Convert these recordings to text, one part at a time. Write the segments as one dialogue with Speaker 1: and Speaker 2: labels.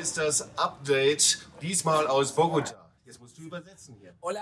Speaker 1: ist das Update, diesmal aus Bogota. Jetzt musst du übersetzen hier.
Speaker 2: Hola,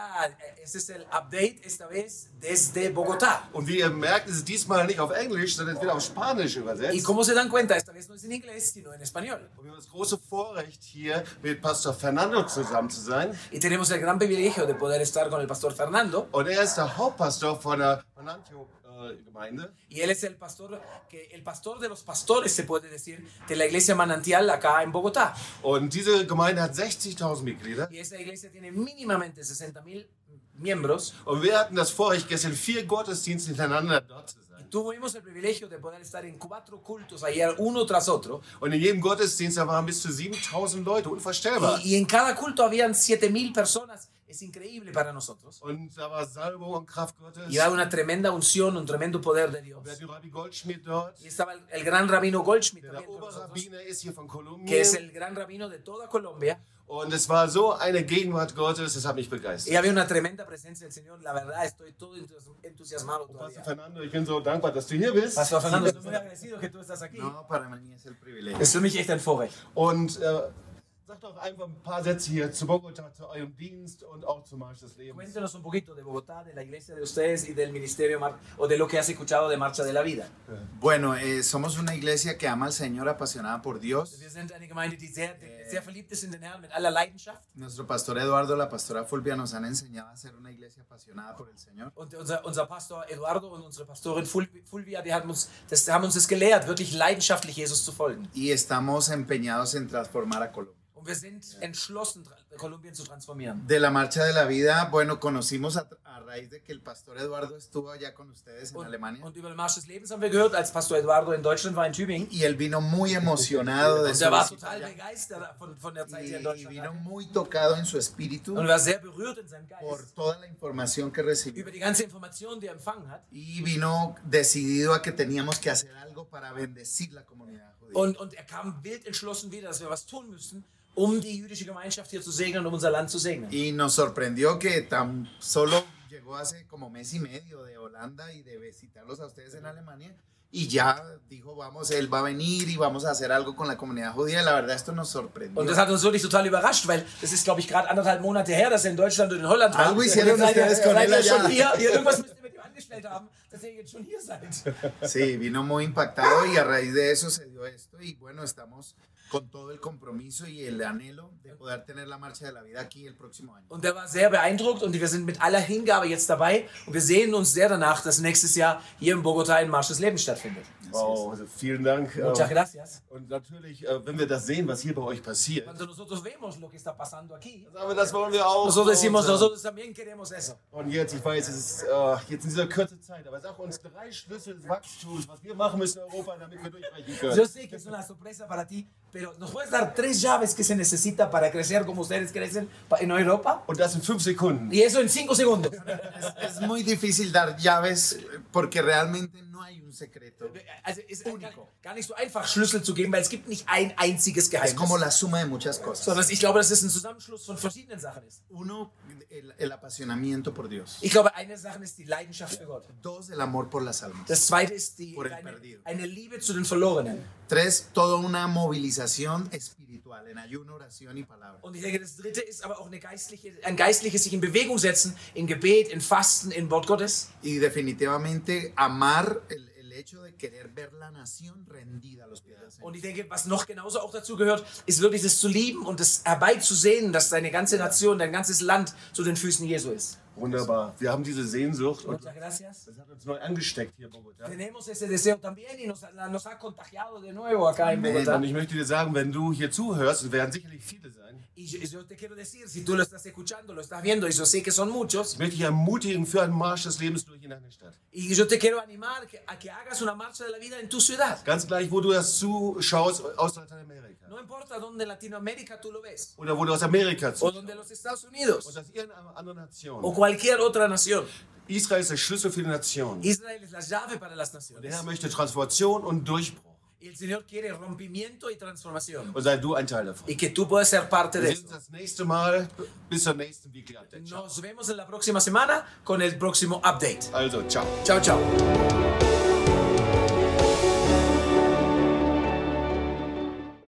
Speaker 2: este es el update esta vez desde Bogotá.
Speaker 1: Und wie ihr merkt, ist es diesmal nicht auf Englisch, sondern es wird auf Spanisch übersetzt.
Speaker 2: Y como se dan cuenta, esta vez no es en inglés, sino en español.
Speaker 1: Und wir haben das große Vorrecht, hier mit Pastor Fernando zusammen zu sein.
Speaker 2: Y tenemos el gran privilegio de poder estar con el pastor Fernando.
Speaker 1: Und er ist der Hauptpastor von der äh, Manantio-Gemeinde.
Speaker 2: Y él es el pastor, que el pastor de los pastores, se puede decir, de la iglesia manantial acá en Bogotá.
Speaker 1: Und diese Gemeinde hat 60.000 Mitglieder.
Speaker 2: Y esta iglesia tiene mínimamente 60.000 miembros.
Speaker 1: Und wir hatten das Vorrecht, gestern vier Gottesdienste hintereinander dort zu sein.
Speaker 2: Tuvimos el privilegio de poder estar en cuatro cultos ayer, uno tras otro.
Speaker 1: Und in jedem Gottesdienst da waren bis zu 7.000 Leute, unvorstellbar.
Speaker 2: Y, y en cada culto habían 7.000 personas. Es increíble para nosotros.
Speaker 1: Und da war Salbung und Kraft Gottes.
Speaker 2: Y da una tremenda unción, un tremendo poder de Dios.
Speaker 1: Wir hatten Rabbi Goldschmidt dort.
Speaker 2: Y estaba el, el gran rabino Goldschmidt,
Speaker 1: Der
Speaker 2: también con nosotros,
Speaker 1: Oberrabbiner ist hier von Kolumbien.
Speaker 2: que es el gran rabino de toda Colombia.
Speaker 1: Und es war so eine Gegenwart Gottes, das hat mich begeistert.
Speaker 2: Y había una tremenda presencia del Señor. La verdad, estoy todo entusi- entusiasmado
Speaker 1: Pastor
Speaker 2: todavía.
Speaker 1: Fernando, ich bin so dankbar, dass du hier bist.
Speaker 2: Pastor Fernando, estoy muy agradecido que tú estás aquí.
Speaker 3: No, para mí es el privilegio.
Speaker 2: Es für mich echt ein Vorrecht.
Speaker 1: Und äh, sag doch einfach ein paar Sätze hier zu Bogota, zu eurem Dienst und auch zum Marsch des Lebens.
Speaker 2: Cuéntenos un poquito de Bogotá, de la iglesia de ustedes y del ministerio Mar- o de lo que has escuchado de Marcha de la Vida.
Speaker 1: Äh,
Speaker 3: Bueno, eh, somos una iglesia que ama al Señor, apasionada por Dios.
Speaker 2: Wir sind eine Gemeinde, die sehr, die sehr verliebt ist in den Herrn mit aller Leidenschaft.
Speaker 3: Nuestro pastor Eduardo, la pastora Fulvia nos han enseñado a ser una iglesia apasionada por el Señor.
Speaker 2: Und unser, unser Pastor Eduardo und unsere Pastorin Ful- Fulvia, die haben uns das, haben uns das gelehrt, wirklich leidenschaftlich Jesus zu folgen.
Speaker 3: Y estamos empeñados en transformar a Colombia.
Speaker 2: Und wir sind entschlossen, tra- Kolumbien zu transformieren.
Speaker 3: De la marcha de la vida, bueno, conocimos a, a raíz de que el pastor Eduardo estuvo allá con ustedes en
Speaker 2: Und,
Speaker 3: Alemania.
Speaker 2: und über den Marsch des Lebens haben wir gehört, als Pastor Eduardo in Deutschland war, in Tübingen.
Speaker 3: y él vino muy emocionado de
Speaker 2: Und
Speaker 3: su
Speaker 2: er war
Speaker 3: visita
Speaker 2: total
Speaker 3: allá.
Speaker 2: begeistert von, von der Zeit
Speaker 3: y,
Speaker 2: hier in
Speaker 3: y vino
Speaker 2: Deutschland.
Speaker 3: muy tocado en su espíritu
Speaker 2: Und war sehr berührt in seinem
Speaker 3: por
Speaker 2: Geist
Speaker 3: toda la información que recibió.
Speaker 2: über die ganze Information, die er empfangen hat.
Speaker 3: Y vino decidido a que teníamos que hacer algo para bendecir la comunidad judía.
Speaker 2: Und, und er kam wild entschlossen wieder, dass wir was tun müssen, um die jüdische Gemeinschaft hier zu segnen, um unser Land zu segnen.
Speaker 3: Y nos sorprendió que tan solo llegó hace como mes y medio de Holanda y de visitarlos a ustedes en Alemania. Y ya dijo, vamos, él va a venir y vamos a hacer algo con la comunidad judía. La verdad, esto nos sorprendió.
Speaker 2: Und das hat uns wirklich total überrascht, weil das ist, glaube ich, gerade anderthalb Monate her, dass er in Deutschland und in Holland war.
Speaker 3: Algo hicieron
Speaker 2: Seid ihr-
Speaker 3: ustedes con
Speaker 2: seid
Speaker 3: él
Speaker 2: ihr
Speaker 3: allá.
Speaker 2: schon hier? Ihr irgendwas müsst ihr mit ihm angestellt haben, dass ihr jetzt schon hier seid.
Speaker 3: Sí, vino muy impactado y a raíz de eso se dio esto. Y bueno, estamos con todo el compromiso y el anhelo de poder tener la marcha de la vida aquí el próximo año.
Speaker 2: Und er war sehr beeindruckt und wir sind mit aller Hingabe jetzt dabei und wir sehen uns sehr danach, dass nächstes Jahr hier in Bogotá ein Marsch des Lebens stattfindet.
Speaker 1: Wow, also vielen Dank.
Speaker 2: Muchas
Speaker 1: äh,
Speaker 2: gracias.
Speaker 1: Und natürlich, äh, wenn wir das sehen, was hier bei euch passiert,
Speaker 2: Cuando nosotros vemos lo que está pasando aquí,
Speaker 1: sagen wir, das wollen wir auch. äh,
Speaker 2: nosotros
Speaker 1: bei
Speaker 2: decimos,
Speaker 1: uns haben.
Speaker 2: nosotros también queremos eso.
Speaker 1: Und jetzt, ich weiß, es ist äh, jetzt in dieser kurzen Zeit, aber sag uns drei Schlüssel des Wachstums, was wir machen müssen in Europa, damit wir durchbrechen
Speaker 2: Yo
Speaker 1: können.
Speaker 2: sé que es una sorpresa para ti, pero ¿nos puedes dar tres llaves que se necesita para crecer como ustedes crecen pa- en Europa?
Speaker 1: Und das in fünf Sekunden.
Speaker 2: Y eso en cinco segundos.
Speaker 3: Es muy difícil dar llaves eh, porque realmente no hay un secreto.
Speaker 2: Also ist gar, gar nicht so einfach, Schlüssel zu geben, weil es gibt nicht ein einziges
Speaker 3: Es
Speaker 2: Geheimnis.
Speaker 3: como la suma de muchas cosas.
Speaker 2: Sondern ich glaube, dass es ein Zusammenschluss von verschiedenen Sachen ist.
Speaker 3: Uno, el, el apasionamiento por Dios.
Speaker 2: Ich glaube, eine Sache ist die Leidenschaft für Gott.
Speaker 3: Dos, el amor por las almas.
Speaker 2: Das zweite ist die,
Speaker 3: Por el
Speaker 2: eine,
Speaker 3: perdido.
Speaker 2: eine Liebe zu den Verlorenen.
Speaker 3: Tres, toda una movilización espiritual en ayuno, oración y palabra.
Speaker 2: Und ich denke, das dritte ist aber auch eine geistliche, ein geistliches sich in Bewegung setzen, in Gebet, in Fasten, in Wort Gottes.
Speaker 3: Y definitivamente amar el, el hecho de querer ver la nación rendida a los pies del Señor.
Speaker 2: Und ich denke, was noch genauso auch dazu gehört, ist wirklich das zu lieben und das herbeizusehen, dass deine ganze Nation, dein ganzes Land zu den Füßen Jesu ist.
Speaker 1: Wunderbar. Wir haben diese Sehnsucht und
Speaker 2: Muchas gracias.
Speaker 1: das hat uns neu angesteckt hier, in Bogota.
Speaker 2: Ah. Tenemos ese deseo también y nos, la- nos ha contagiado de nuevo acá en Bogotá.
Speaker 1: Und ich möchte dir sagen, wenn du hier zuhörst, es werden sicherlich viele sein,
Speaker 2: Y yo, yo te quiero decir, si tú lo estás escuchando, lo estás viendo, y yo sé que son muchos,
Speaker 1: ich möchte dich ermutigen für einen Marsch des Lebens durch in deine Stadt.
Speaker 2: y yo te quiero animar que- a que hagas una marcha de la vida en tu ciudad.
Speaker 1: Ganz gleich, wo du das zuschaust aus Lateinamerika
Speaker 2: No importa dónde en Latinoamérica tú lo ves,
Speaker 1: oder wo du aus Amerika
Speaker 2: o
Speaker 1: zuschaust
Speaker 2: donde en los Estados Unidos,
Speaker 1: oder aus irgendeiner anderen
Speaker 2: o
Speaker 1: Nation.
Speaker 2: cualquier otra nación.
Speaker 1: Israel ist der Schlüssel für die Nation.
Speaker 2: Israel es la llave para las
Speaker 1: Der
Speaker 2: naciones.
Speaker 1: Herr möchte Transformation und Durchbruch.
Speaker 2: Y el Señor quiere rompimiento y transformación.
Speaker 1: Und sei du ein Teil davon.
Speaker 2: Y que tú puedas ser parte de
Speaker 1: Wir sehen uns
Speaker 2: eso.
Speaker 1: das nächste Mal. Bis zur nächsten Weekly Update. Ciao.
Speaker 2: Nos vemos en la próxima semana con el próximo update.
Speaker 1: Also, ciao.
Speaker 2: Chao, chao.